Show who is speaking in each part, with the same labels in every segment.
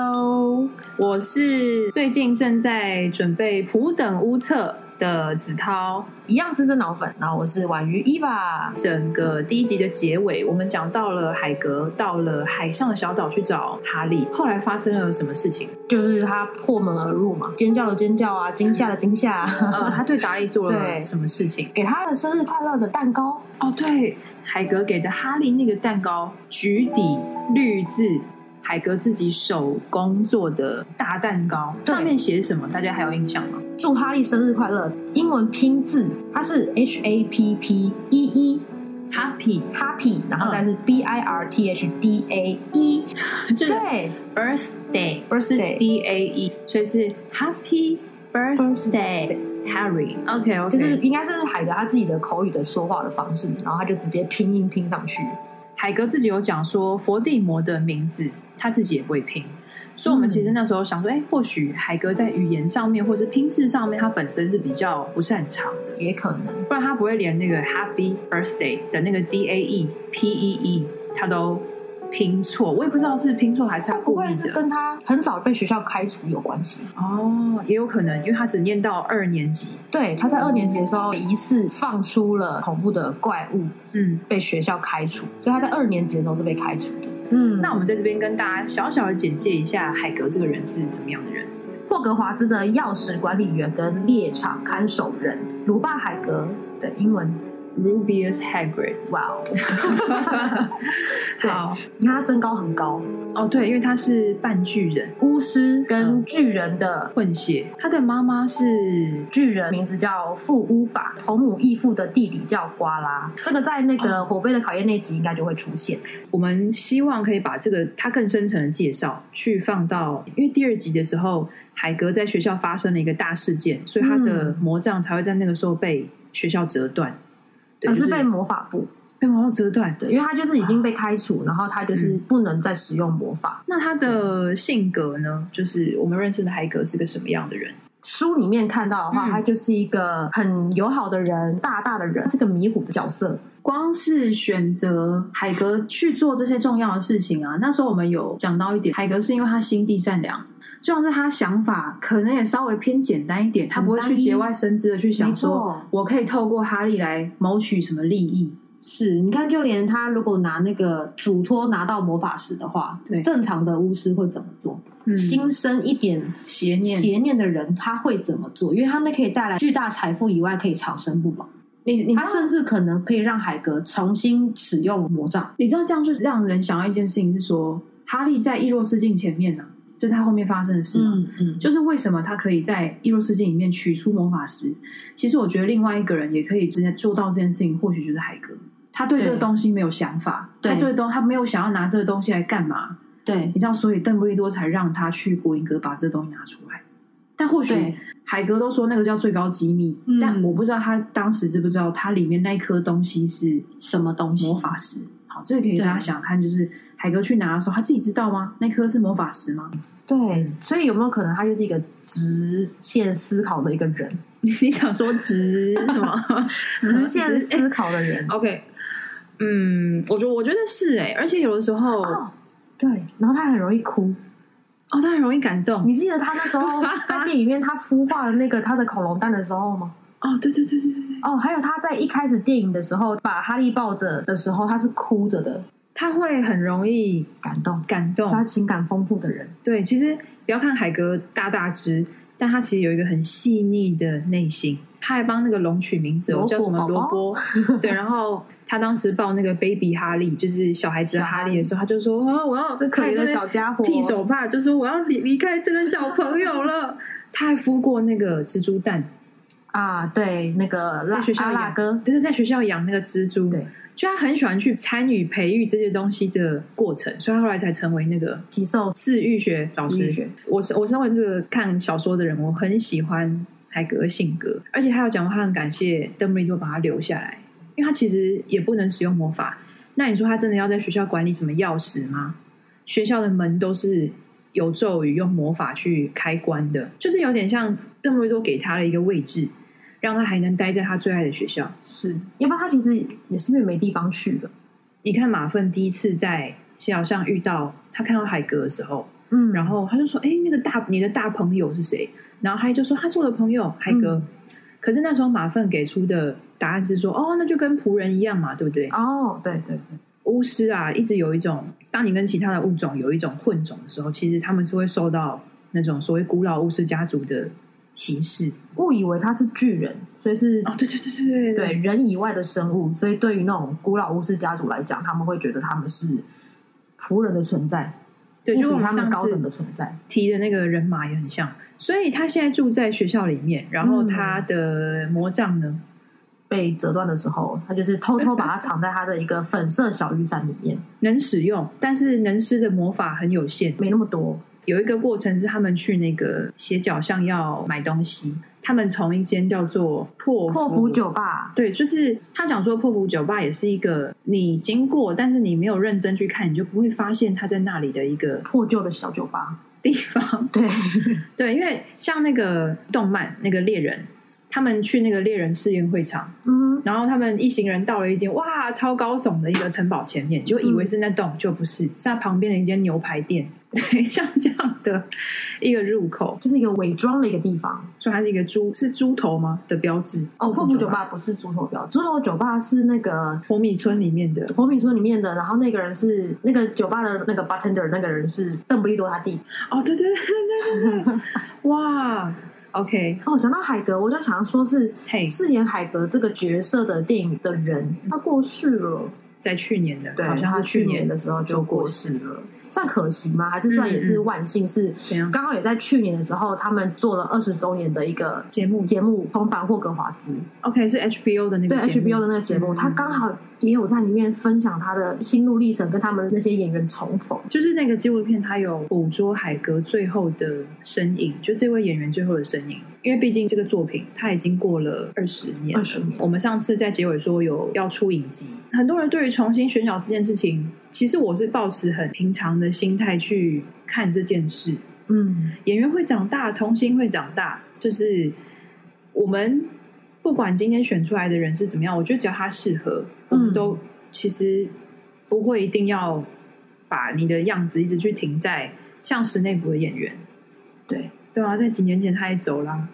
Speaker 1: Hello，我是最近正在准备普等屋测的子涛。
Speaker 2: 一样是真脑粉，然后我是婉瑜 Eva，
Speaker 1: 整个第一集的结尾，我们讲到了海格到了海上的小岛去找哈利，后来发生了什么事情？
Speaker 2: 就是他破门而入嘛，尖叫的尖叫啊，惊吓的惊吓、啊，
Speaker 1: 呃，他对达利做了
Speaker 2: 对
Speaker 1: 什么事情？
Speaker 2: 给他的生日快乐的蛋糕，
Speaker 1: 哦，对，海格给的哈利那个蛋糕，橘底绿字。海格自己手工做的大蛋糕，
Speaker 2: 对
Speaker 1: 上面写什么？大家还有印象吗？
Speaker 2: 祝哈利生日快乐。英文拼字，它是 H A P P E E
Speaker 1: Happy，
Speaker 2: Happy，然后再是 B I R T H D A E，
Speaker 1: 嗯就是
Speaker 2: 对
Speaker 1: birthday，是
Speaker 2: Birthday
Speaker 1: D A E，所以是 Happy Birthday Harry。OK OK，
Speaker 2: 就是应该是海格他自己的口语的说话的方式，然后他就直接拼音拼上去。
Speaker 1: 海格自己有讲说，伏地魔的名字他自己也不会拼，所以我
Speaker 2: 嗯
Speaker 1: 们其实那时候想说，哎、或许海格在语言上面或是拼字上面，他本身是比较不擅长的，
Speaker 2: 也可能，
Speaker 1: 不然他不会连那个 Happy Birthday 的那个 D A E P E E 他都拼错，我也不知道是拼错还是他
Speaker 2: 不
Speaker 1: 故
Speaker 2: 会
Speaker 1: 意
Speaker 2: 是
Speaker 1: 的。
Speaker 2: 跟他很早被学校开除有关系？
Speaker 1: 哦，也有可能，因为他只念到二年级，
Speaker 2: 对，他在二年级的时候疑似放出了恐怖的怪物，
Speaker 1: 嗯，
Speaker 2: 被学校开除，所以他在二年级的时候是被开除的。嗯
Speaker 1: 那我们在这边跟大家小小的简介一下海格这个人是怎么样的人。
Speaker 2: 霍格华兹的钥匙管理员跟猎场看守人鲁霸海格的英文，
Speaker 1: Rubius Hagrid，
Speaker 2: 哇哦，对
Speaker 1: 好
Speaker 2: 你看他身高很高，
Speaker 1: 哦，对，因为他是半巨人
Speaker 2: 巫师跟巨人的。
Speaker 1: 混血，他的妈妈是
Speaker 2: 巨人名字叫富乌法，同母异父的弟弟叫瓜拉。这个在那个火杯的考验那集应该就会出现。
Speaker 1: 我们希望可以把这个他更深层的介绍去放到，因为第二集的时候，海格在学校发生了一个大事件，所以他的
Speaker 2: 嗯
Speaker 1: 魔杖才会在那个时候被学校折断，对，
Speaker 2: 而
Speaker 1: 就是
Speaker 2: 哦被魔法部，
Speaker 1: 被魔杖折断。
Speaker 2: 对，因为他就是已经被开除，然后他就是不能再使用魔法。
Speaker 1: 那他的性格呢？就是我们认识的海格是个什么样的人？
Speaker 2: 书里面看到的话，
Speaker 1: 嗯
Speaker 2: 他就是一个很友好的人，大大的人，是个迷糊的角色。
Speaker 1: 光是选择海格去做这些重要的事情啊，那时候我们有讲到一点，海格是因为他心地善良，就像是他想法可能也稍微偏简单一点，他不会去节外生枝的去想
Speaker 3: 没
Speaker 1: 说
Speaker 3: 错，
Speaker 1: 我可以透过哈利来谋取什么利益。
Speaker 3: 是，你看，就连他如果拿那个嘱托拿到魔法石的话，
Speaker 1: 对
Speaker 3: 正常的巫师会怎么做？
Speaker 1: 嗯
Speaker 3: 心生一点
Speaker 1: 邪念，
Speaker 3: 邪念的人，他会怎么做？因为他们可以带来巨大财富以外，可以长生不老。
Speaker 1: 你你
Speaker 2: 啊
Speaker 3: 他甚至可能可以让海格重新使用魔杖。
Speaker 1: 你知道这样就让人想到一件事情是说，哈利在易若斯镜前面呢、啊，这是他后面发生的事嘛。啊
Speaker 3: 嗯，
Speaker 1: 就是为什么他可以在《异若世界》里面取出魔法石？其实我觉得另外一个人也可以直接做到这件事情，或许就是海格。他对
Speaker 3: 对
Speaker 1: 这个东西没有想法，
Speaker 3: 对
Speaker 1: 他对东他没有想要拿这个东西来干嘛？
Speaker 3: 对
Speaker 1: 你知道，所以邓布利多才让他去国林阁把这东西拿出来。但或许
Speaker 3: 对
Speaker 1: 海格都说那个叫最高机密，
Speaker 3: 嗯
Speaker 1: 但我不知道他当时知不知道它里面那一颗东西是
Speaker 3: 什么东西
Speaker 1: 魔法石。好，这个可以
Speaker 3: 对
Speaker 1: 大家想看，就是海格去拿的时候，他自己知道吗？那颗是魔法石吗？
Speaker 2: 对，所以有没有可能他就是一个直线思考的一个人，
Speaker 1: 你你想 说直什么？嗯哎
Speaker 2: 直线哎思考的人？
Speaker 1: OK，嗯，我觉得我觉得是哎、而且有的时候哦，
Speaker 2: 哦，对，然后他很容易哭。
Speaker 1: 他很容易感动
Speaker 2: 你记得他那时 候在电影院他孵化了那个他的恐龙蛋的时候吗？
Speaker 1: 哦，对对对对对，
Speaker 2: 哦，还有他在一开始电影的时候把哈利抱着的时候，他是哭着的，
Speaker 1: 他会很容易
Speaker 2: 感动，
Speaker 1: 感
Speaker 2: 所以他
Speaker 1: 动。
Speaker 2: 情感丰富的人。
Speaker 1: 对，其实不要看海格大大只，但他其实有一个很细腻的内心。他还帮那个龙取名字，我
Speaker 2: 萝卜
Speaker 1: 叫什么
Speaker 2: 宝
Speaker 1: 萝
Speaker 2: 宝
Speaker 1: 卜。 对，然后他当时抱那个 baby 哈利，就是小孩子的哈利的时候，他就说：“啊，我要
Speaker 2: 这可怜的小家伙，
Speaker 1: 剃手帕，就说我要离离开这个小朋友了。 他还孵过那个蜘蛛蛋，
Speaker 2: 啊，对，那个拉
Speaker 1: 在学校
Speaker 2: 阿
Speaker 1: 养
Speaker 2: 拉哥，
Speaker 1: 就是在学校养那个蜘蛛，
Speaker 2: 对，
Speaker 1: 就他很喜欢去参与培育这些东西的过程，所以他后来才成为那个
Speaker 2: 奇兽
Speaker 1: 饲育学老
Speaker 2: 饲
Speaker 1: 师
Speaker 2: 育学。
Speaker 1: 我是我身为这个看小说的人，我很喜欢海格的性格，而且他有讲过，他很感谢邓布利多把他留下来，因为他其实也不能使用魔法。那你说他真的要在学校管理什么钥匙吗？学校的门都是有咒语用魔法去开关的，就是有点像邓布利多给他的一个位置，让他还能待在他最爱的学校。
Speaker 2: 是，要不然他其实也是因为没地方去了。
Speaker 1: 你看马粪第一次在小巷遇到他看到海格的时候，
Speaker 2: 嗯
Speaker 1: 然后他就说：“哎、那个大你的大朋友是谁？”然后他就说：“他是我的朋友，海格。
Speaker 2: 嗯
Speaker 1: 可是那时候马粪给出的答案是说：“哦，那就跟仆人一样嘛，对不对？”
Speaker 2: 哦，对对对，
Speaker 1: 巫师啊，一直有一种，当你跟其他的物种有一种混种的时候，其实他们是会受到那种所谓古老巫师家族的歧视。
Speaker 2: 误以为他是巨人，所以是
Speaker 1: 哦，对对对对对
Speaker 2: 对人以外的生物，所以对于那种古老巫师家族来讲，他们会觉得他们是仆人的存在，
Speaker 1: 对，就
Speaker 2: 不
Speaker 1: 跟我
Speaker 2: 比
Speaker 1: 们
Speaker 2: 他们
Speaker 1: 上
Speaker 2: 高等的
Speaker 1: 次
Speaker 2: 存在。
Speaker 1: 提的那个人马也很像。所以他现在住在学校里面，然
Speaker 2: 嗯
Speaker 1: 后他的魔杖呢？
Speaker 2: 被折断的时候，他就是偷偷把它藏在他的一个粉色小雨伞里面，
Speaker 1: 能使用，但是能施的魔法很有限。
Speaker 2: 没那么多。
Speaker 1: 有一个过程是他们去那个斜角巷要买东西，他们从一间叫做破
Speaker 2: 破釜酒吧，
Speaker 1: 对，就是他讲说破釜酒吧也是一个你经过，但是你没有认真去看，你就不会发现它在那里的一个
Speaker 2: 破旧的小酒吧，
Speaker 1: 地方。
Speaker 2: 对，
Speaker 1: 对，因为像那个动漫那个猎人，他们去那个猎人试验会场，
Speaker 2: 嗯，
Speaker 1: 然后他们一行人到了一间哇超高耸的一个城堡前面，就以为是那栋，就不是，是它旁边的一间牛排店。对，像这样的一个入口，
Speaker 2: 就是一个伪装的一个地方。
Speaker 1: 所以它是一个猪是猪头吗的标志？
Speaker 2: 哦，破釜酒吧不是猪头标，猪头酒吧是那个
Speaker 1: 红米村里面的
Speaker 2: 红米村里面的，然后那个人是那个酒吧的那个 bartender，那个人是邓布利多他弟。
Speaker 1: 哦，对对对对对 对，哇，OK，
Speaker 2: 哦，讲到海格，我就想说是
Speaker 1: 嘿、
Speaker 2: 饰演海格这个角色的电影的人，他过世了。
Speaker 1: 在去年的，
Speaker 2: 对，
Speaker 1: 好像
Speaker 2: 他
Speaker 1: 是
Speaker 2: 去年
Speaker 1: 年
Speaker 2: 的时候就过世了，算可惜吗？还是算也
Speaker 1: 嗯
Speaker 2: 是万幸？是
Speaker 1: 怎样
Speaker 2: 刚好也在去年的时候，他们做了二十周年的一个
Speaker 1: 节目
Speaker 2: 节目《重返霍格华兹》，
Speaker 1: ，OK，是 HBO 的那
Speaker 2: 对
Speaker 1: 个嗯节目
Speaker 2: HBO 的那个节目，
Speaker 1: 嗯
Speaker 2: 他刚好也有在里面分享他的心路历程，跟他们那些演员重逢。
Speaker 1: 就是那个纪录片，它有捕捉海格最后的身影，就这位演员最后的身影。因为毕竟这个作品，它已经过了二十年了。
Speaker 2: 20年
Speaker 1: 我们上次在结尾说有要出影集，很多人对于重新选角这件事情，其实我是抱持很平常的心态去看这件事。
Speaker 2: 嗯，
Speaker 1: 演员会长大，童星会长大，就是我们不管今天选出来的人是怎么样，我觉得只要他适合，我们都其实不会一定要把你的样子一直去停在像室内部的演员，
Speaker 2: 对，
Speaker 1: 对啊，在几年前他也走了，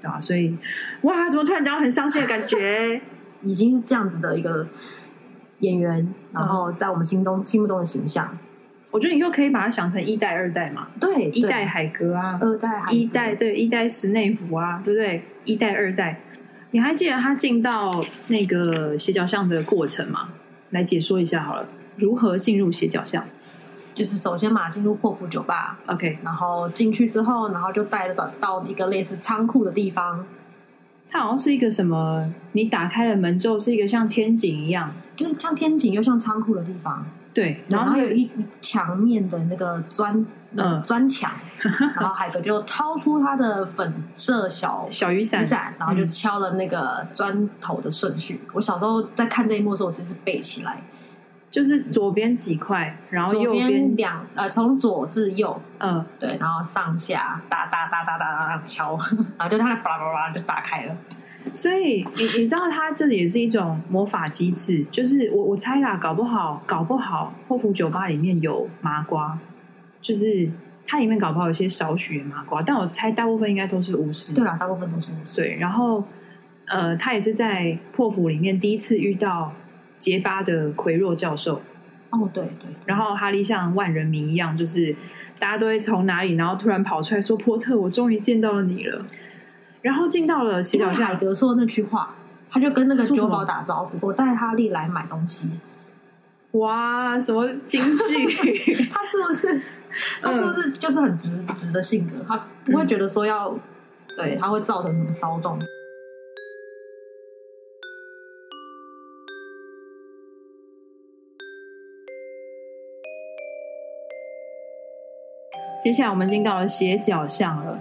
Speaker 1: 对啊，所以哇，怎么突然讲到很伤心的感觉？
Speaker 2: 已经是这样子的一个演员，然后
Speaker 1: 嗯
Speaker 2: 在我们心中心目中的形象，
Speaker 1: 我觉得你又可以把它想成一代、二代嘛，
Speaker 2: 对，嗯
Speaker 1: 一
Speaker 2: 对
Speaker 1: 代、海格啊，
Speaker 2: 二代、海格
Speaker 1: 一代对一代室内服啊，对不对？一代二代，你还记得他进到那个斜角巷的过程吗？来解说一下好了，如何进入斜角巷
Speaker 2: 就是首先嘛，进入破釜酒吧，
Speaker 1: ？OK，
Speaker 2: 然后进去之后，然后就带到到一个类似仓库的地方，
Speaker 1: 它好像是一个什么？你打开了门之后是一个像天井一样，
Speaker 2: 就是像天井又像仓库的地方，
Speaker 1: 对，
Speaker 2: 然后
Speaker 1: 然后
Speaker 2: 它
Speaker 1: 那
Speaker 2: 有
Speaker 1: 个
Speaker 2: 一一墙面的那个砖，嗯，
Speaker 1: 嗯
Speaker 2: 砖 墙，然后海格就掏出他的粉色小。
Speaker 1: 小雨伞
Speaker 2: 雨，伞，然后就
Speaker 1: 嗯
Speaker 2: 敲了那个砖头的顺序。我小时候在看这一幕的时候，我真是背起来，
Speaker 1: 就是左边几块，然后
Speaker 2: 左
Speaker 1: 右边
Speaker 2: 两呃，从左至右，
Speaker 1: 嗯，
Speaker 2: 对，然后上下哒哒哒哒哒哒哒敲， 然后就它巴拉巴拉巴拉就打开了。
Speaker 1: 嗯所以你你知道，它这里也是一种魔法机制，就是我我猜啦，搞不好搞不好破釜酒吧里面有麻瓜，就是它里面搞不好有些少许的麻瓜，但我猜大部分应该都是巫师。
Speaker 2: 对啦，大部分都是
Speaker 1: 对，然后呃，他也是在破釜里面第一次遇到结巴的奎若教授，
Speaker 2: 哦，对对，
Speaker 1: 然后哈利像万人迷一样，就是大家都会从哪里，然后突然跑出来说：“波特，我终于见到了你了。”然后进到了洗
Speaker 2: 因为
Speaker 1: 脚下
Speaker 2: 海，格说那句话，他就跟那个
Speaker 1: 他说什
Speaker 2: 酒
Speaker 1: 么
Speaker 2: 保打招呼，我带哈利来买东 西。
Speaker 1: 哇，什么京剧？
Speaker 2: 他是不是？他是不
Speaker 1: 嗯
Speaker 2: 是就是很直直的性格？他不会觉得说要、对他会造成什么骚动？
Speaker 1: 接下来我们进到了斜角巷了，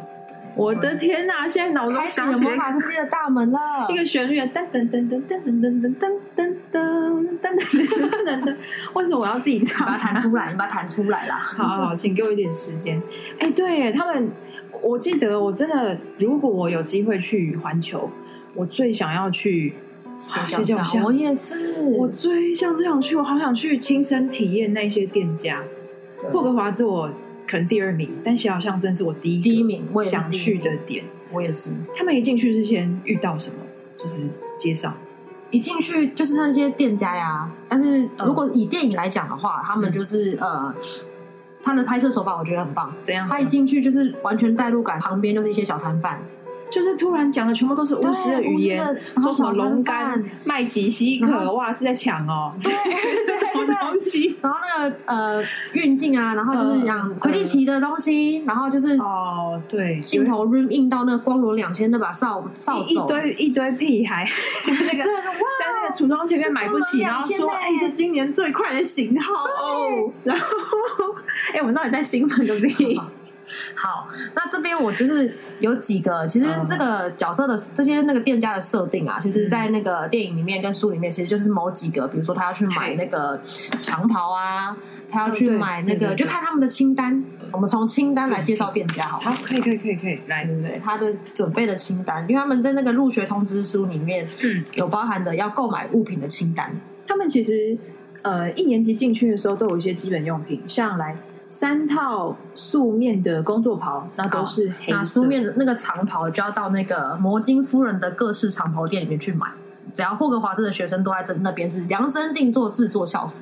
Speaker 1: 我的天呐！现在脑中
Speaker 2: 开启
Speaker 1: 想
Speaker 2: 了
Speaker 1: 起
Speaker 2: 魔
Speaker 1: 来
Speaker 2: 法世界的大门了。
Speaker 1: 一个旋律，噔噔噔噔噔噔噔噔噔噔噔噔噔噔，为什么我要自己唱？
Speaker 2: 把它弹出来，你把它弹出来啦！
Speaker 1: 好好好，请给我一点时间。哎、对耶他们，我记得我真的，如果我有机会去环球，我最想要去，
Speaker 2: 斜
Speaker 1: 斜
Speaker 2: 角
Speaker 1: 角
Speaker 2: 巷
Speaker 1: 巷
Speaker 2: 我也是，
Speaker 1: 我最想最想去，我好想去亲身体验那些店家。
Speaker 2: 对
Speaker 1: 霍格华兹我可能第二名，但写好像真是我第一
Speaker 2: 第一
Speaker 1: 个
Speaker 2: 名我也是
Speaker 1: 想
Speaker 2: 第一
Speaker 1: 去
Speaker 2: 名
Speaker 1: 的点。
Speaker 2: 我也是。
Speaker 1: 他们一进去之前遇到什么？就是街上，
Speaker 2: 一进去就是那些店家呀，但是
Speaker 1: 嗯
Speaker 2: 如果以电影来讲的话，他们就是、呃，他的拍摄手法我觉得很棒。
Speaker 1: 怎样？
Speaker 2: 他一进去就是完全代入感，旁边就是一些小摊贩，
Speaker 1: 就是突然讲的全部都是
Speaker 2: 对
Speaker 1: 巫师的语言
Speaker 2: 巫师的，然后
Speaker 1: 说什
Speaker 2: 小
Speaker 1: 么龙
Speaker 2: 摊贩
Speaker 1: 肝、麦吉西
Speaker 2: 然
Speaker 1: 可，哇是在抢哦， 什
Speaker 2: 对
Speaker 1: 么东西？
Speaker 2: 然后那个呃运镜啊，然后就是养
Speaker 1: 嗯
Speaker 2: 魁地奇的东西，然后就是
Speaker 1: 哦，对，
Speaker 2: 镜头 zoom in 到那个光轮两千那把扫扫
Speaker 1: 一一
Speaker 2: 帚，
Speaker 1: 堆一堆 屁孩在那
Speaker 2: 对，
Speaker 1: 个
Speaker 2: 哇，
Speaker 1: 在那个橱窗前面买不起，
Speaker 2: 这个
Speaker 1: 然后说：“
Speaker 2: 两千
Speaker 1: 哎、
Speaker 2: 呢
Speaker 1: 这今年最快的型号哦。”然后，哎、我们到底在兴奋个屁？
Speaker 2: 好，那这边我就是有几个，其实
Speaker 1: 嗯
Speaker 2: 这个角色的这些那个店家的设定啊，其实，在那个电影里面跟书里面，其实就是某几个，比如说他要去买
Speaker 1: 嘿
Speaker 2: 那个长袍啊，他要去
Speaker 1: 哦对
Speaker 2: 买那
Speaker 1: 对
Speaker 2: 个，
Speaker 1: 对对
Speaker 2: 就看他们的清单。我们从清单来介绍店家好了，
Speaker 1: 好，可以，可以，可以，可以，来
Speaker 2: 对，不对？他的准备的清单，因为他们在那个入学通知书里面
Speaker 1: 嗯
Speaker 2: 有包含的要购买物品的清单。
Speaker 1: 他们其实呃一年级进去的时候都有一些基本用品，像来三套素面的工作袍，那都是黑
Speaker 2: 那
Speaker 1: 色
Speaker 2: 书。面的那个长袍就要到那个摩金夫人的各式长袍店里面去买。只要霍格华兹的学生都在这那边是量身定做制作校服，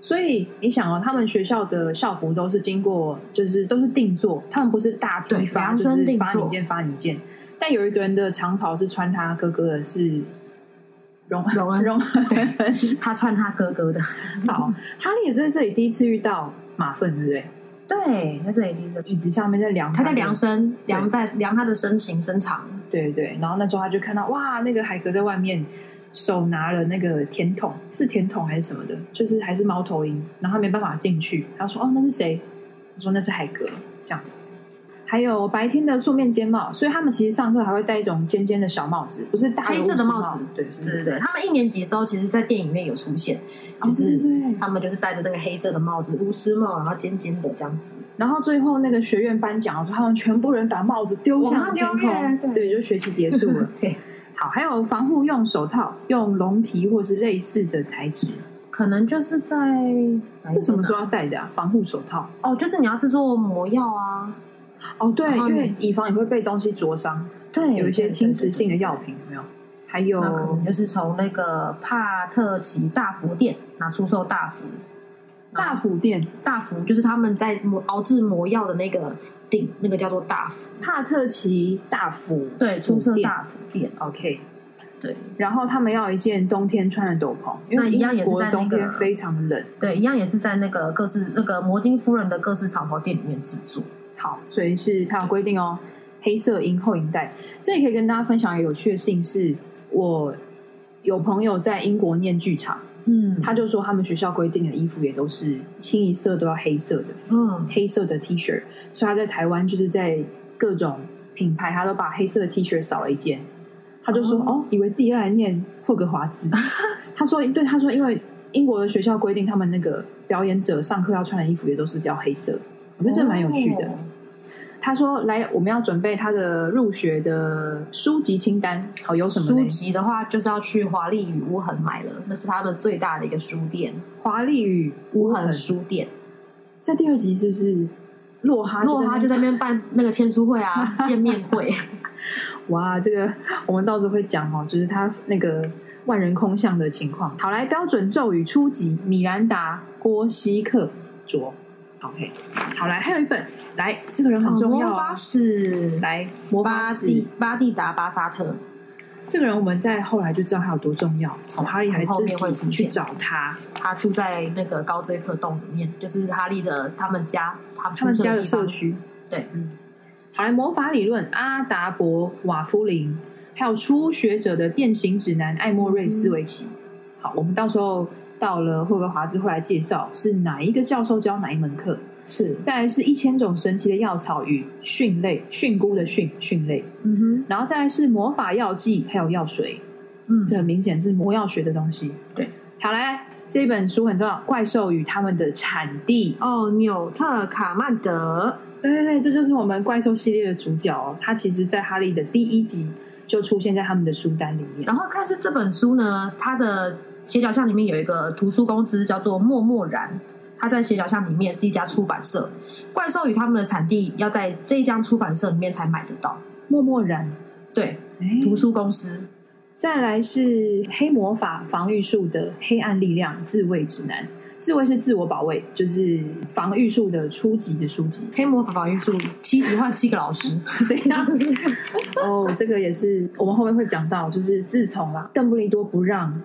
Speaker 1: 所以你想哦，他们学校的校服都是经过，就是都是定做，他们不是大批
Speaker 2: 对
Speaker 1: 发，
Speaker 2: 量
Speaker 1: 就
Speaker 2: 身
Speaker 1: 是
Speaker 2: 定
Speaker 1: 发
Speaker 2: 做
Speaker 1: 你一件发你一件。但有一个人的长袍是穿他哥哥的，是荣
Speaker 2: 荣恩
Speaker 1: 荣
Speaker 2: 对
Speaker 1: 恩。
Speaker 2: 他穿他哥哥的。
Speaker 1: 好，哈利也是在这里第一次遇到马粪，对不对？
Speaker 2: 对，在这里第一个，
Speaker 1: 椅子上面在量，
Speaker 2: 他在量，身，量在量他的身形身长。
Speaker 1: 对对对。然后那时候他就看到哇，那个海格在外面手拿了那个甜筒，是甜筒还是什么的，就是还是猫头鹰，然后他没办法进去，他说哦，那是谁？我说那是海格，这样子。还有白天的素面尖帽，所以他们其实上课还会戴一种尖尖的小帽子，不是大
Speaker 2: 黑色的
Speaker 1: 的
Speaker 2: 帽
Speaker 1: 帽
Speaker 2: 子
Speaker 1: 对对哦
Speaker 2: 对对对，哦他们一年级时候，其实，在电影里面有出现，就
Speaker 1: 对
Speaker 2: 是
Speaker 1: 对对
Speaker 2: 他们就是戴着那个黑色的帽子，巫师帽，然后尖尖的这样子。
Speaker 1: 然后最后那个学院颁奖的时候，他们全部人把帽子丢
Speaker 2: 往上
Speaker 1: 向天
Speaker 2: 丢月亮
Speaker 1: 空，
Speaker 2: 对
Speaker 1: 对，就学期结 束了。
Speaker 2: 对，
Speaker 1: 好，还有防护用手套，用龙皮或是类似的材质。
Speaker 2: 可能就是在
Speaker 1: 这什么时候要戴的啊？防护手套。
Speaker 2: 哦，就是你要制作魔药啊，
Speaker 1: 哦，对，
Speaker 2: 然后呢
Speaker 1: 因为以防你会被东西灼伤，
Speaker 2: 对，
Speaker 1: 有一些侵蚀性的药
Speaker 2: 品。
Speaker 1: 品有没有？还有
Speaker 2: 那可能就是从那个帕特奇大福店拿出售大福，
Speaker 1: 大福店
Speaker 2: 大福就是他们在磨熬制魔药的那个鼎，那个叫做大福，
Speaker 1: 帕特奇大福
Speaker 2: 对，
Speaker 1: 书
Speaker 2: 出售
Speaker 1: 店。
Speaker 2: 大福店，
Speaker 1: OK，
Speaker 2: 对
Speaker 1: 然后他们要一件冬天穿的斗篷，因
Speaker 2: 那
Speaker 1: 为
Speaker 2: 一样也
Speaker 1: 英
Speaker 2: 是
Speaker 1: 国
Speaker 2: 在那
Speaker 1: 冬
Speaker 2: 个
Speaker 1: 天非常的冷。
Speaker 2: 对，一样也是在那个各式那个魔晶夫人的各式长袍店里面制作。
Speaker 1: 好，所以是它有规定哦，黑色银后银带。这里可以跟大家分享一个有趣的事情是，我有朋友在英国念剧场，
Speaker 2: 嗯
Speaker 1: 他就说他们学校规定的衣服也都是清一色都要黑色的，
Speaker 2: 嗯，
Speaker 1: 黑色的 T 恤，所以他在台湾就是在各种品牌，他都把黑色的 T 恤少了一件。他就说：“
Speaker 2: 哦
Speaker 1: 哦以为自己要来念霍格 华兹。”他说：“对，他说因为英国的学校规定，他们那个表演者上课要穿的衣服也都是叫黑色。”我觉得这蛮有趣的。
Speaker 2: 哦
Speaker 1: 他说：“来，我们要准备他的入学的书籍清单，好有什么
Speaker 2: 书
Speaker 1: 呢？
Speaker 2: 籍的话，就是要去华丽与乌痕买了，那是他们最大的一个书店，
Speaker 1: 华丽与
Speaker 2: 乌
Speaker 1: 无
Speaker 2: 痕
Speaker 1: 痕
Speaker 2: 书店。
Speaker 1: 在第二集是不是洛哈
Speaker 2: 洛哈就
Speaker 1: 啊在
Speaker 2: 在那边办那个签书会 啊、见面会，
Speaker 1: 那边哇，这个我们到时候会讲哦，就是他那个万人空巷的情况。好，来标准咒语初级，米兰达郭西克卓。OK，好来，还有一本，来这个人很重要
Speaker 2: 摩巴
Speaker 1: 啊。
Speaker 2: 史
Speaker 1: 来，摩巴
Speaker 2: 巴
Speaker 1: 斯
Speaker 2: 蒂巴蒂达巴沙特，
Speaker 1: 这个人，我们在后来就知道他有多重要。
Speaker 2: 哦
Speaker 1: 哈利还
Speaker 2: 后
Speaker 1: 自
Speaker 2: 面会出
Speaker 1: 己去
Speaker 2: 现
Speaker 1: 找他，
Speaker 2: 他住在那个高追克洞里面，就是哈利的他们家，他们
Speaker 1: 他们家
Speaker 2: 的
Speaker 1: 的
Speaker 2: 地方
Speaker 1: 社。区。
Speaker 2: 对，
Speaker 1: 嗯。好来，魔法理论，阿达伯瓦夫林，还有初学者的变形指南，艾莫瑞斯维
Speaker 2: 嗯
Speaker 1: 奇。好，我们到时候到了霍格华兹会来介绍是哪一个教授教哪一门课。
Speaker 2: 是，
Speaker 1: 再来是一千种神奇的药草与蕈类，蕈菇的蕈蕈类，
Speaker 2: 嗯
Speaker 1: 然后再来是魔法药剂，还有药水，
Speaker 2: 哼，嗯
Speaker 1: 这很明显是魔药学的东西。
Speaker 2: 对，
Speaker 1: 好来，这本书很重要，怪兽与他们的产地。
Speaker 2: 哦，纽特卡曼德，
Speaker 1: 对对对，这就是我们怪兽系列的主角哦。他其实，在哈利的第一集就出现在他们的书单里面。
Speaker 2: 然后但是这本书呢，它的斜角巷里面有一个图书公司叫做默默然，他在斜角巷里面是一家出版社，怪兽与他们的产地要在这一家出版社里面才买得到。
Speaker 1: 默默然，
Speaker 2: 对，
Speaker 1: 哎
Speaker 2: 图书公司，
Speaker 1: 再来是黑魔法防御术的黑暗力量自卫指南。自卫是自我保卫，就是防御术的初级的书籍。
Speaker 2: 黑魔法法律术七级换七个老 师，
Speaker 1: 怎样？哦，这个也是我们后面会讲到，就是自从啦，邓布利多不让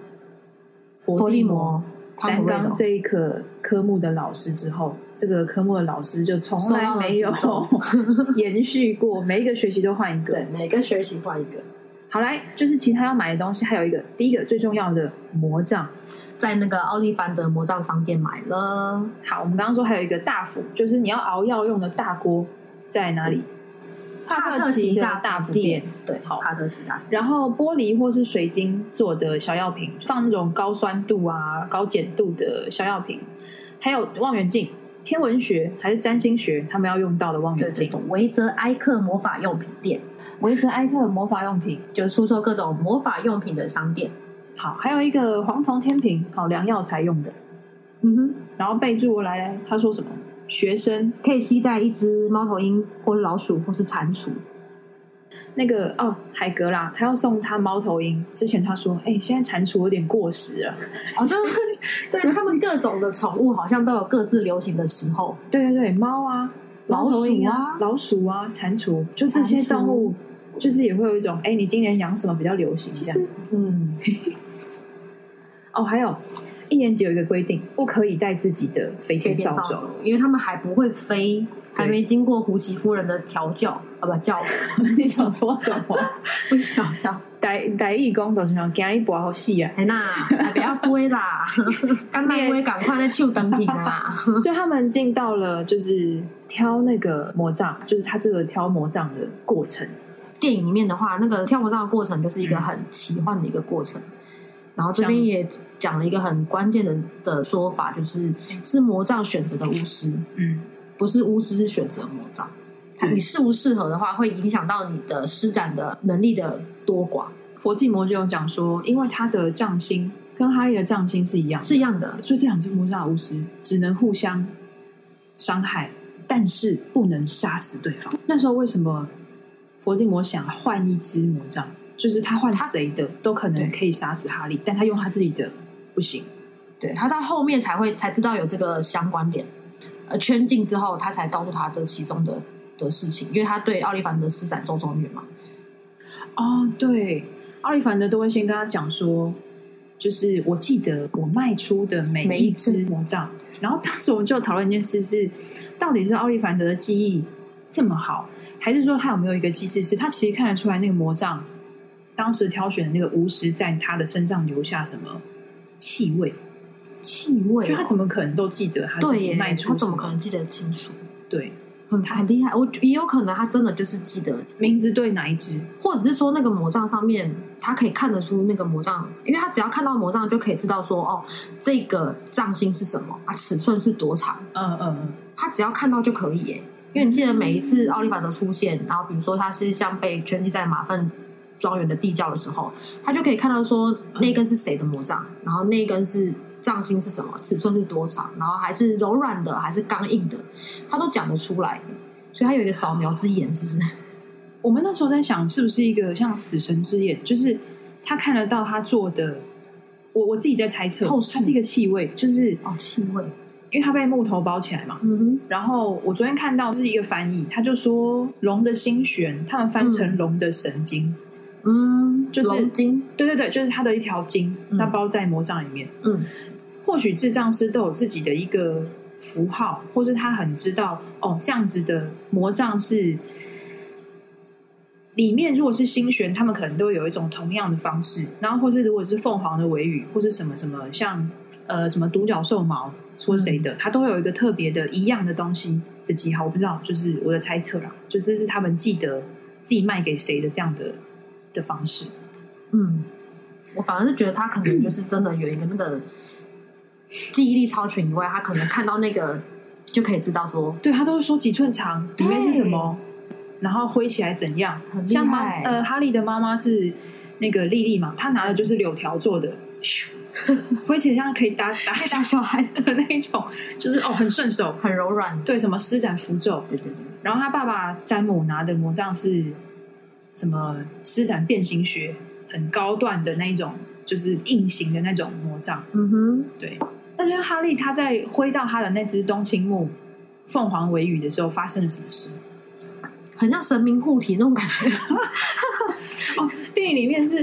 Speaker 2: 佛
Speaker 1: 佛
Speaker 2: 地
Speaker 1: 地
Speaker 2: 魔
Speaker 1: 魔、
Speaker 2: 汤
Speaker 1: 担
Speaker 2: 姆瑞德
Speaker 1: 纲这一科科目的老师之后，这个科目的老师就从
Speaker 2: 受
Speaker 1: 来
Speaker 2: 到了
Speaker 1: 没有
Speaker 2: 诅
Speaker 1: 延续过，每一个学期都换一个。
Speaker 2: 对，每个学期换一个，
Speaker 1: 好来，就是其他要买的东西，还有一个第一个最重要的魔杖。
Speaker 2: 在那个奥利凡德魔杖商店买了。
Speaker 1: 好，我们刚刚说还有一个大釜，就是你要熬药用的大锅在哪里？
Speaker 2: 嗯帕
Speaker 1: 帕
Speaker 2: 特
Speaker 1: 特
Speaker 2: 奇
Speaker 1: 奇的
Speaker 2: 大
Speaker 1: 大
Speaker 2: 福
Speaker 1: 福
Speaker 2: 店
Speaker 1: 店，
Speaker 2: 对，
Speaker 1: 好
Speaker 2: 帕特奇大福，
Speaker 1: 然后玻璃或是水晶做的小药瓶，放那种高酸度啊、高碱度的小药瓶，还有望远镜、天文学还是占星学，他们要用到的望
Speaker 2: 对
Speaker 1: 远
Speaker 2: 对
Speaker 1: 镜。
Speaker 2: 对，维泽埃克魔法用品店，
Speaker 1: 维泽埃克魔法用品，
Speaker 2: 就是出售各种魔法用品的商店。
Speaker 1: 好，还有一个黄铜天平，好量药材用的。
Speaker 2: 嗯哼，
Speaker 1: 然后备注来来，他说什么？学生
Speaker 2: 可以携带一只猫头鹰，或是老鼠，或是蟾蜍。
Speaker 1: 那个哦，海格啦，他要送他猫头鹰。之前他说，哎、现在蟾蜍有点过时了。
Speaker 2: 哦，真的， 对他们各种的宠物好像都有各自流行的时候。
Speaker 1: 对对对，猫啊，
Speaker 2: 老
Speaker 1: 猫头鹰
Speaker 2: 鼠啊
Speaker 1: 老鼠啊，蟾蜍，就这些
Speaker 2: 蟾蜍
Speaker 1: 动物，就是也会有一种，哎，你今年养什么比较流行？
Speaker 2: 其
Speaker 1: 这样
Speaker 2: 实， 嗯，
Speaker 1: 哦，还有一年级有一个规定，不可以带自己的飞
Speaker 2: 可以
Speaker 1: 天
Speaker 2: 变
Speaker 1: 扫
Speaker 2: 扫
Speaker 1: 帚。
Speaker 2: 帚，因为他们还不会飞，还
Speaker 1: 对
Speaker 2: 没经过胡奇夫人的调教啊，不教，
Speaker 1: 你想说什 么？
Speaker 2: 不是调教。
Speaker 1: 台台语讲就是讲今日播好戏啊，
Speaker 2: 哎那，哎不要飞啦，干那龟赶快来手灯品啊啦。
Speaker 1: 所以他们进到了就是挑那个魔杖，就是他这个挑魔杖的过程。
Speaker 2: 电影里面的话，那个跳魔杖的过程就是一个很奇幻的一个过程。然后这边
Speaker 1: 像
Speaker 2: 也讲了一个很关键的的说法，就是是魔杖选择的巫师，
Speaker 1: 嗯，
Speaker 2: 不是巫师是选择魔杖。它
Speaker 1: 嗯
Speaker 2: 你适不适合的话，会影响到你的施展的能力的多寡，
Speaker 1: 佛地魔就有讲说，因为他的杖星跟哈利的杖星是一样的，
Speaker 2: 是一样的。
Speaker 1: 所以这两只魔杖巫师只能互相伤害，但是不能杀死对方。那时候为什么伏地魔想换一只魔杖？就是他换
Speaker 2: 他
Speaker 1: 谁的都可
Speaker 2: 对
Speaker 1: 能可以杀死哈利，但他用他自己的不行。
Speaker 2: 对他到后面才会才知道有这个相关联，呃，圈禁之后，他才告诉他这其中的的事情，因为他对奥利凡德施展周中远嘛，
Speaker 1: 哦，对，奥利凡德都会先跟他讲说，就是我记得我卖出的每
Speaker 2: 每一
Speaker 1: 一只魔杖，然后当时我们就有讨论一件事是，到底是奥利凡德的记忆这么好，还是说他有没有一个机制是他其实看得出来那个魔杖当时挑选的那个巫师在他的身上留下什么气味？
Speaker 2: 气味、哦，
Speaker 1: 就他怎么可能都记得他自
Speaker 2: 对
Speaker 1: 己
Speaker 2: 耶，
Speaker 1: 卖出什？
Speaker 2: 他怎么可能记得清楚？
Speaker 1: 对
Speaker 2: 很很厉害，我也有可能他真的就是记得，
Speaker 1: 名字对哪一只？
Speaker 2: 或者是说那个魔杖上面他可以看得出那个魔杖，因为他只要看到魔杖就可以知道说哦，这个杖心是什么啊，尺寸是多长，
Speaker 1: 嗯嗯嗯，
Speaker 2: 他只要看到就可以耶。因为你记得每一次奥利凡德出现，然后比如说他是像被圈禁在马粪庄园的地窖的时候，他就可以看到说那根是谁的魔杖，然后那根是杖心是什么，尺寸是多少，然后还是柔软的还是刚硬的，他都讲得出来。所以他有一个扫描之眼，是不是？
Speaker 1: 我们那时候在想，是不是一个像死神之眼，就是他看得到他做的。我我自己在猜测，
Speaker 2: 透
Speaker 1: 它
Speaker 2: 视
Speaker 1: 是一个气味，就是
Speaker 2: 哦，气味，
Speaker 1: 因为它被木头包起来嘛。
Speaker 2: 嗯
Speaker 1: 然后我昨天看到是一个翻译，他就说龙的心弦，他们翻
Speaker 2: 嗯
Speaker 1: 成龙的神经。
Speaker 2: 哼，嗯，
Speaker 1: 就是
Speaker 2: 龙筋，
Speaker 1: 对对对，就是它的一条筋，
Speaker 2: 嗯
Speaker 1: 那包在魔杖里面。
Speaker 2: 嗯，
Speaker 1: 或许智障师都有自己的一个符号，或是他很知道哦，这样子的魔杖是里面如果是星璇，他们可能都有一种同样的方式，然后或是如果是凤凰的尾羽，或是什么什么像呃什么独角兽毛或谁的，它都会有一个特别的一样的东西的记号，我不知道，就是我的猜测啦，就这是他们记得自己卖给谁的这样的的方式。
Speaker 2: 嗯，我反而是觉得他可能就是真的有一个那个记忆力超群以外，他可能看到那个就可以知道说
Speaker 1: 对他都会说几寸长，
Speaker 2: 对
Speaker 1: 里面是什么，然后挥起来怎样
Speaker 2: 很厉。害
Speaker 1: 像妈呃，哈利的妈妈是那个莉莉嘛，她拿的就是柳条做的，咻挥起来像可以打打
Speaker 2: 小小孩的
Speaker 1: 的那一种，就是哦很顺手。
Speaker 2: 很柔软，
Speaker 1: 对，什么施展符咒，
Speaker 2: 对对对，
Speaker 1: 然后他爸爸詹姆拿的魔杖是什么施展变形学，很高段的那一种，就是硬型的那种魔杖。
Speaker 2: 嗯哼，
Speaker 1: 对，那就是哈利他在挥到他的那只冬青木凤凰尾羽的时候发生了什么事？
Speaker 2: 很像神明护体那种感觉，
Speaker 1: 哦，电影里面是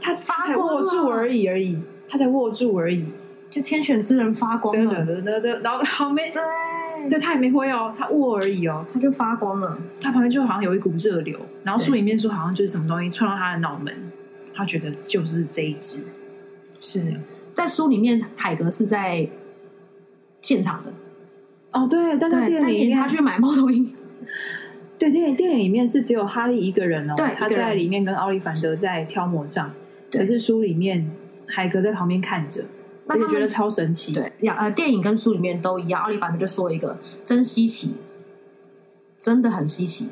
Speaker 1: 他
Speaker 2: 发
Speaker 1: 他才
Speaker 2: 光
Speaker 1: 握
Speaker 2: 了
Speaker 1: 住而已而已，他才握住而已。
Speaker 2: 就天选之人发光
Speaker 1: 得得
Speaker 2: 了，
Speaker 1: 得得得，然后好没，
Speaker 2: 对，
Speaker 1: 对他也没挥哦，他握而已哦。
Speaker 2: 它就发光了，
Speaker 1: 他旁边就好像有一股热流，然后书里面说好像就是什么东西窜到他的脑门，他觉得就是这一只。
Speaker 2: 是在书里面，海格是在现场的，
Speaker 1: 哦，对，但在
Speaker 2: 对，
Speaker 1: 电
Speaker 2: 但
Speaker 1: 影里
Speaker 2: 演
Speaker 1: 面
Speaker 2: 他去买猫头 鹰，
Speaker 1: 对，电影电影里面是只有哈利一个人哦，
Speaker 2: 对
Speaker 1: 他
Speaker 2: 一个人
Speaker 1: 在里面跟奥利凡德在挑魔杖，
Speaker 2: 对
Speaker 1: 可是书里面海格在旁边看着，
Speaker 2: 那
Speaker 1: 而且
Speaker 2: 他
Speaker 1: 觉得
Speaker 2: 们
Speaker 1: 超神奇。
Speaker 2: 对，呀呃，电影跟书里面都一样，奥利凡德就说一个真稀奇，真的很稀奇，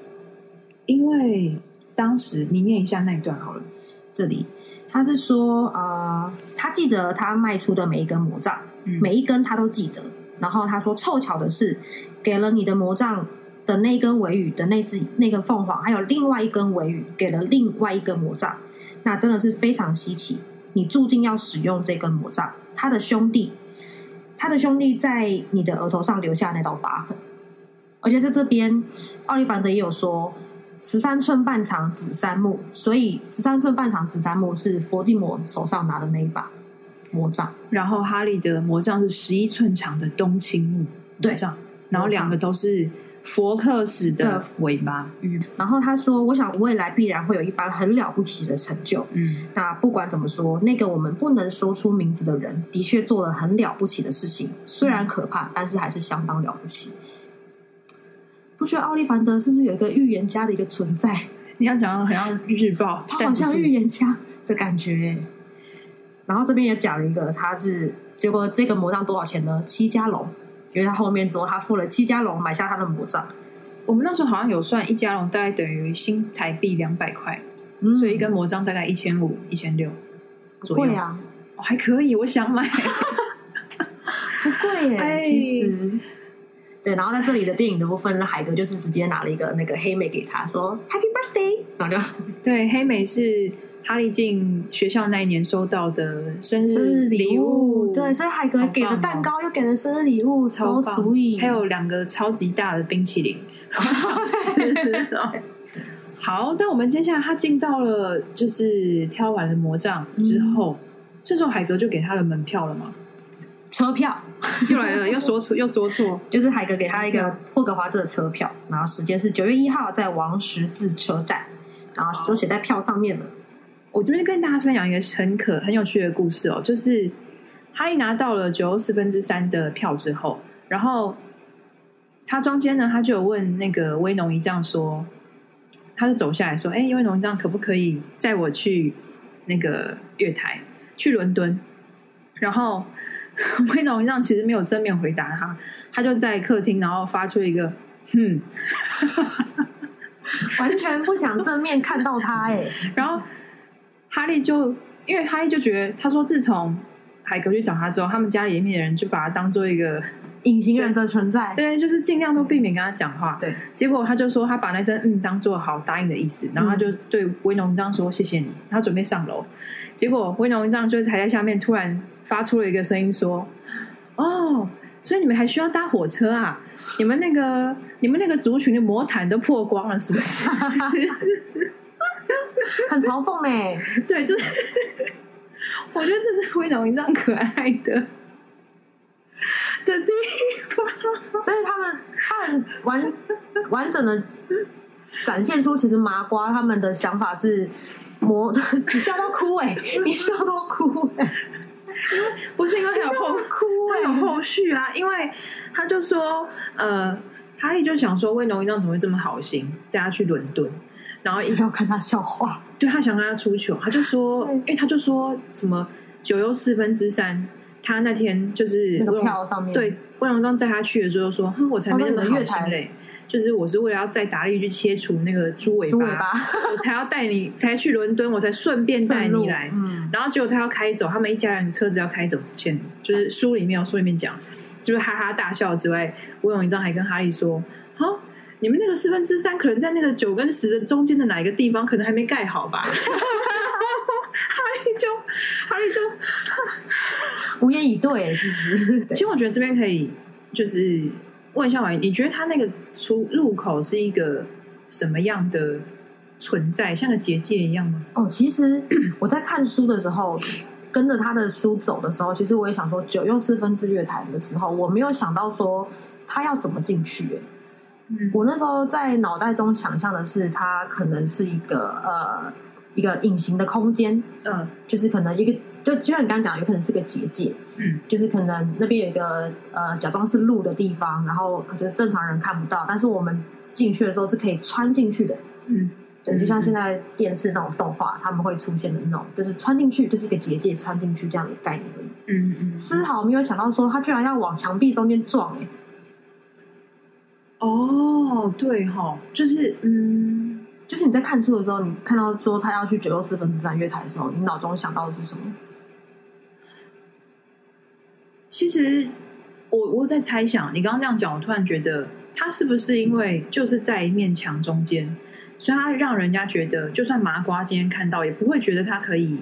Speaker 1: 因为当时你念一下那一段好了，
Speaker 2: 这里，他是说，呃，他记得他卖出的每一根魔杖，
Speaker 1: 嗯
Speaker 2: 每一根他都记得。然后他说，凑巧的是，给了你的魔杖的那一根尾羽的那只那个凤凰，还有另外一根尾羽给了另外一根魔杖，那真的是非常稀奇。你注定要使用这根魔杖，他的兄弟，他的兄弟在你的额头上留下那道疤痕。而且在这边，奥利凡德也有说，十三寸半长紫杉木，所以十三寸半长紫杉木是伏地魔手上拿的那一把魔杖。
Speaker 1: 然后哈利的魔杖是十一寸长的冬青木魔
Speaker 2: 对
Speaker 1: 杖，然后两个都是佛克斯的尾巴，嗯
Speaker 2: 然后他说：“我想未来必然会有一番很了不起的成就。
Speaker 1: 嗯，
Speaker 2: 那不管怎么说，那个我们不能说出名字的人，的确做了很了不起的事情，虽然可怕，但是还是相当了不起。”不觉得奥利凡德是不是有一个预言家的一个存在？
Speaker 1: 你要讲到很像日报，
Speaker 2: 他
Speaker 1: 但
Speaker 2: 好
Speaker 1: 不
Speaker 2: 像
Speaker 1: 是
Speaker 2: 预言家的感觉欸。然后这边也讲了一个，他是结果这个魔杖多少钱呢？七加龙，因为他后面说他付了七加龙买下他的魔杖，
Speaker 1: 我们那时候好像有算一加龙大概等于新台币两百块，
Speaker 2: 嗯
Speaker 1: 所以一根魔杖大概一千五、一千六
Speaker 2: 不
Speaker 1: 左右。
Speaker 2: 贵啊，
Speaker 1: 哦还可以，我想 买。
Speaker 2: 不贵耶、
Speaker 1: 哎
Speaker 2: 其实。对，然后在这里的电影的部分，海哥就是直接拿了一个那个黑莓给他说 “Happy Birthday”，然后就
Speaker 1: 对，黑莓是哈利进学校那一年收到的生
Speaker 2: 生
Speaker 1: 日
Speaker 2: 日
Speaker 1: 礼
Speaker 2: 礼物。对，所以海哥
Speaker 1: 好
Speaker 2: 给了
Speaker 1: 棒哦
Speaker 2: 蛋糕，又给了生日礼物，so
Speaker 1: 超棒
Speaker 2: sweet。
Speaker 1: 还有两个超级大的冰 淇淋。好，但我们接下来他进到了，就是挑完了魔杖之后，这时候海格就给他了门票了嘛？
Speaker 2: 车票，
Speaker 1: 又来了，又说错，又说错。
Speaker 2: 就是海格给他一个霍格华兹的车票，然后时间是九月一号在王十字车站，然后就写在票上面了。
Speaker 1: 我这边跟大家分享一个很可很有趣的故事哦，就是哈利拿到了九四分之三的票之后，然后他中间呢，他就有问那个威农一丈说，他就走下来说：“哎、威农一丈可不可以载我去那个月台，去伦敦？”然后 威农一丈其实没有正面回答他，他就在客厅，然后发出一个“哼”，
Speaker 2: 完全不想正面看到他哎、
Speaker 1: 然后哈利就因为哈利就觉得，他说自从海格去找他之后，他们家里面的人就把他当做一个，
Speaker 2: 隐形人的存在。
Speaker 1: 对，就是尽量都避免跟他讲话。
Speaker 2: 对，
Speaker 1: 结果他就说他把那声嗯当做好答应的意思，然后他就对威农一丈说谢谢你，他准备上楼。结果威农一丈就是还在下面突然发出了一个声音说：“哦，所以你们还需要搭火车啊？你们那个你们那个族群的魔毯都破光了是不是？”
Speaker 2: 很嘲讽哎、
Speaker 1: 对，就是 我觉得这是灰龙一丈可爱的的地方。
Speaker 2: 所以他们他很完完整的展现出，其实麻瓜他们的想法是魔， 你笑到哭 哎、你笑到哭哎、
Speaker 1: 不是因为还有后，
Speaker 2: 哭
Speaker 1: 还
Speaker 2: 哎、
Speaker 1: 有后续啊，因为他就说，呃，哈利就想说，灰龙一丈怎么会这么好心，带他去伦敦，然后一
Speaker 2: 想要看他笑话，
Speaker 1: 对他想跟他出糗，他就说，
Speaker 2: 嗯
Speaker 1: 哎、他就说什么九又四分之三，他那天就是
Speaker 2: 那
Speaker 1: 威
Speaker 2: 个
Speaker 1: 龙
Speaker 2: 票上面
Speaker 1: 对，魏龙章载他去了之后说，哼，我才没那么好心嘞，就是我是为了要再打力去切除那个猪尾
Speaker 2: 猪
Speaker 1: 巴，
Speaker 2: 尾巴
Speaker 1: 我才要带你，才去伦敦，我才顺便带
Speaker 2: 顺路
Speaker 1: 你来。
Speaker 2: 嗯，
Speaker 1: 然后结果他要开走，他们一家人车子要开走之前，就是书里面有书里面讲，就是哈哈大笑之外，吴永一章还跟哈利说：“好、你们那个四分之三可能在那个九跟十的中间的哪一个地方，可能还没盖好吧？”哈利就哈利就
Speaker 2: 无言以对，其 实
Speaker 1: 其
Speaker 2: 对
Speaker 1: 实我觉得这边可以就是问一下婉仪，你觉得它那个出入口是一个什么样的存在？像个结界一样吗？
Speaker 2: 哦，其实我在看书的时候。跟着他的书走的时候，其实我也想说，九又四分之月台的时候，我没有想到说他要怎么进去、欸
Speaker 1: 嗯
Speaker 2: 我那时候在脑袋中想象的是，它可能是一个呃一个隐形的空间，
Speaker 1: 嗯
Speaker 2: 就是可能一个就就像你刚刚讲，有可能是个结界，
Speaker 1: 嗯，
Speaker 2: 就是可能那边有一个呃假装是路的地方，然后可是正常人看不到，但是我们进去的时候是可以穿进去的，
Speaker 1: 嗯，
Speaker 2: 对，
Speaker 1: 嗯
Speaker 2: 就像现在电视那种动画，他们会出现的那种，就是穿进去就是一个结界，穿进去这样的概念而已。
Speaker 1: 嗯嗯
Speaker 2: 丝毫没有想到说他居然要往墙壁中间撞、欸，
Speaker 1: 哦，对哈，就是嗯，
Speaker 2: 就是你在看书的时候，你看到说他要去九六四分之三月台的时候，你脑中想到的是什么？
Speaker 1: 其实我我在猜想，你刚刚这样讲，我突然觉得它是不是因为就是在一面墙中间，所以它让人家觉得，就算麻瓜今天看到，也不会觉得它可以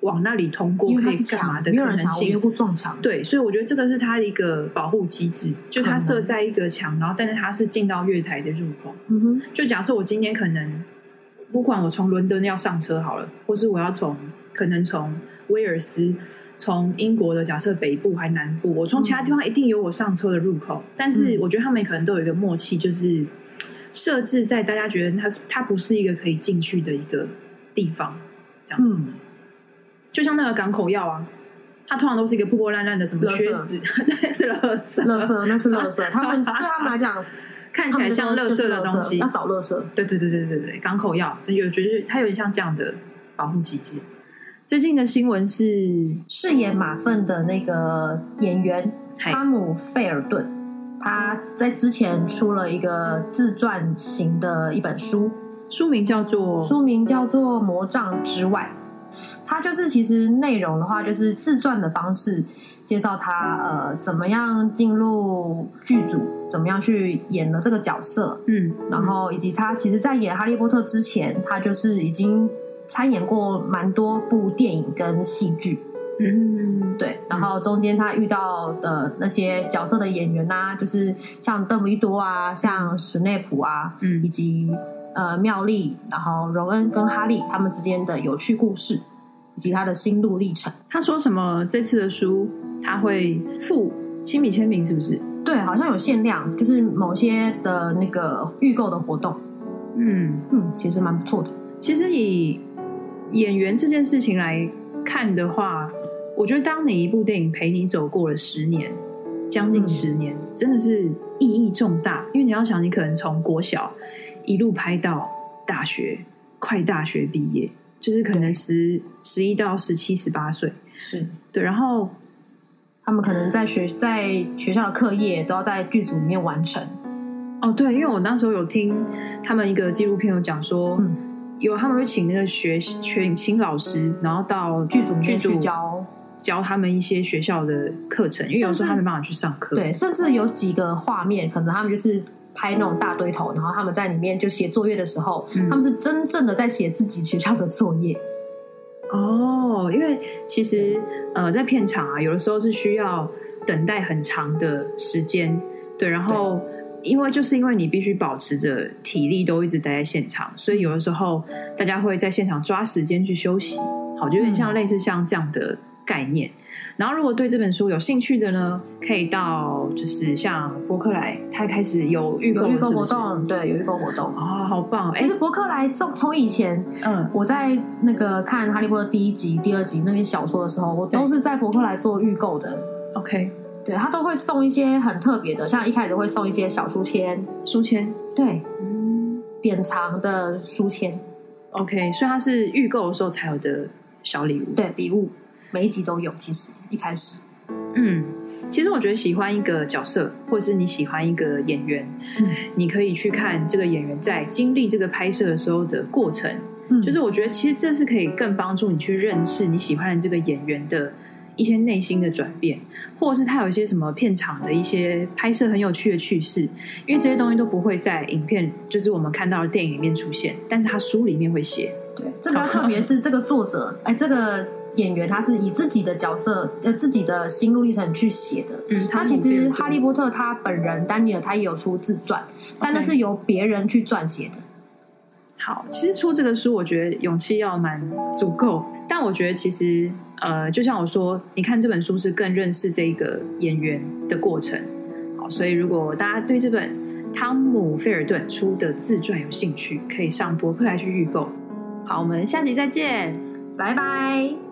Speaker 1: 往那里通过，
Speaker 2: 因为
Speaker 1: 可
Speaker 2: 它
Speaker 1: 以
Speaker 2: 是
Speaker 1: 干嘛
Speaker 2: 墙，
Speaker 1: 的
Speaker 2: 没有
Speaker 1: 可
Speaker 2: 人
Speaker 1: 能
Speaker 2: 想要无
Speaker 1: 性
Speaker 2: 缘。无故撞墙。
Speaker 1: 对，所以我觉得这个是它的一个保护机制，就是
Speaker 2: 可
Speaker 1: 它
Speaker 2: 能
Speaker 1: 设在一个墙，然后但是它是进到月台的入口。
Speaker 2: 嗯哼，
Speaker 1: 就假设我今天可能，不管我从伦敦要上车好了，或是我要从可能从威尔斯，从英国的假设北部还南部，我从其他地方一定有我上车的入口。但是
Speaker 2: 嗯
Speaker 1: 我觉得他们可能都有一个默契，就是设置在大家觉得它是它不是一个可以进去的一个地方，这样子。
Speaker 2: 嗯，
Speaker 1: 就像那个港口药啊，它通常都是一个破破烂烂的什么
Speaker 2: 垃圾
Speaker 1: 靴子， 对，是垃圾，
Speaker 2: 嗯垃圾那是垃圾，他 们对他们来讲，
Speaker 1: 看
Speaker 2: 他
Speaker 1: 起
Speaker 2: 们
Speaker 1: 来
Speaker 2: 就
Speaker 1: 像
Speaker 2: 说
Speaker 1: 垃
Speaker 2: 就是
Speaker 1: 圾的东西
Speaker 2: 要。找垃圾。
Speaker 1: 对对对对对对，港口药，所以我觉得它有点像这样的保护机制。最近的新闻是，
Speaker 2: 饰演马粪的那个演员
Speaker 1: 嗨
Speaker 2: 汤姆·费尔顿，他在之前出了一个自传型的一本书，
Speaker 1: 书名叫做
Speaker 2: 书名叫做《魔杖之外》。它就是其实内容的话，就是自传的方式介绍他呃怎么样进入剧组，怎么样去演了这个角色，
Speaker 1: 嗯，
Speaker 2: 然后以及他其实，在演《哈利波特》之前，他就是已经参演过蛮多部电影跟戏剧，
Speaker 1: 嗯
Speaker 2: 对，然后中间他遇到的那些角色的演员呐、就是像邓布利多啊，像史内普啊，以
Speaker 1: 嗯
Speaker 2: 及呃妙丽，然后荣恩跟哈利他们之间的有趣故事，以及他的心路历程。
Speaker 1: 他说什么？这次的书他会附亲笔签名，是不是？
Speaker 2: 对，好像有限量，就是某些的那个预购的活动，
Speaker 1: 嗯，
Speaker 2: 嗯，其实蛮不错的。
Speaker 1: 其实以演员这件事情来看的话，我觉得当你一部电影陪你走过了十年，将近十年，真的是意义重大。因为你要想，你可能从国小一路拍到大学，快大学毕业，就是可能十十一到十七、十八岁，
Speaker 2: 是，
Speaker 1: 对，然后
Speaker 2: 他们可能在学在学校的课业都要在剧组里面完成。
Speaker 1: 哦，对，因为我那时候有听他们一个纪录片有讲说，
Speaker 2: 嗯
Speaker 1: 有他们会请那个学学请老师，然后到
Speaker 2: 剧组里
Speaker 1: 剧
Speaker 2: 面
Speaker 1: 组
Speaker 2: 去教
Speaker 1: 教他们一些学校的课程，因为有时候他没办法去上课。
Speaker 2: 对，甚至有几个画面，可能他们就是拍那种大堆头，然后他们在里面就写作业的时候，
Speaker 1: 嗯
Speaker 2: 他们是真正的在写自己学校的作业。
Speaker 1: 哦，因为其实呃，在片场啊，有的时候是需要等待很长的时间，对，然后。因为就是因为你必须保持着体力都一直待在现场，所以有的时候大家会在现场抓时间去休息，好，就有点像
Speaker 2: 嗯
Speaker 1: 类似像这样的概念。然后，如果对这本书有兴趣的呢，可以到就是像博客来，它开始有预购
Speaker 2: 有
Speaker 1: 了，
Speaker 2: 预购
Speaker 1: 是
Speaker 2: 活
Speaker 1: 不是
Speaker 2: 动，对，有预购活动。
Speaker 1: 哦，好棒！哎
Speaker 2: 其实，伯克莱从从以前
Speaker 1: 嗯，
Speaker 2: 我在那个看《哈利波特》第一集、第二集那些小说的时候，我都是在伯克莱做预购的。
Speaker 1: OK，
Speaker 2: 对他都会送一些很特别的，像一开始会送一些小书签，
Speaker 1: 书签，
Speaker 2: 对，
Speaker 1: 嗯
Speaker 2: 典藏的书签，
Speaker 1: ，OK，所以它是预购的时候才有的小礼物。，
Speaker 2: 对，礼物，每一集都有。其实一开始，
Speaker 1: 嗯，其实我觉得喜欢一个角色，或是你喜欢一个演员，
Speaker 3: 嗯
Speaker 1: 你可以去看这个演员在经历这个拍摄的时候的过程。
Speaker 3: 嗯
Speaker 1: 就是我觉得其实这是可以更帮助你去认识你喜欢的这个演员的一些内心的转变，或者是他有一些什么片场的一些拍摄很有趣的趣事，因为这些东西都不会在影片，就是我们看到的电影里面出现，但是他书里面会写。
Speaker 2: 对，这比较特别是这个作者，哎，这个演员他是以自己的角色，呃，自己的心路历程去写的。
Speaker 1: 嗯，
Speaker 2: 他其实《哈利波特》他本人丹尼尔他也有出自传，但那是由别人去撰写的。
Speaker 1: 好，其实出这个书，我觉得勇气要蛮足够。但我觉得其实，呃，就像我说，你看这本书是更认识这个演员的过程。好，所以如果大家对这本汤姆·菲尔顿出的自传有兴趣，可以上博客来去预购。好，我们下集再见。
Speaker 2: 拜拜。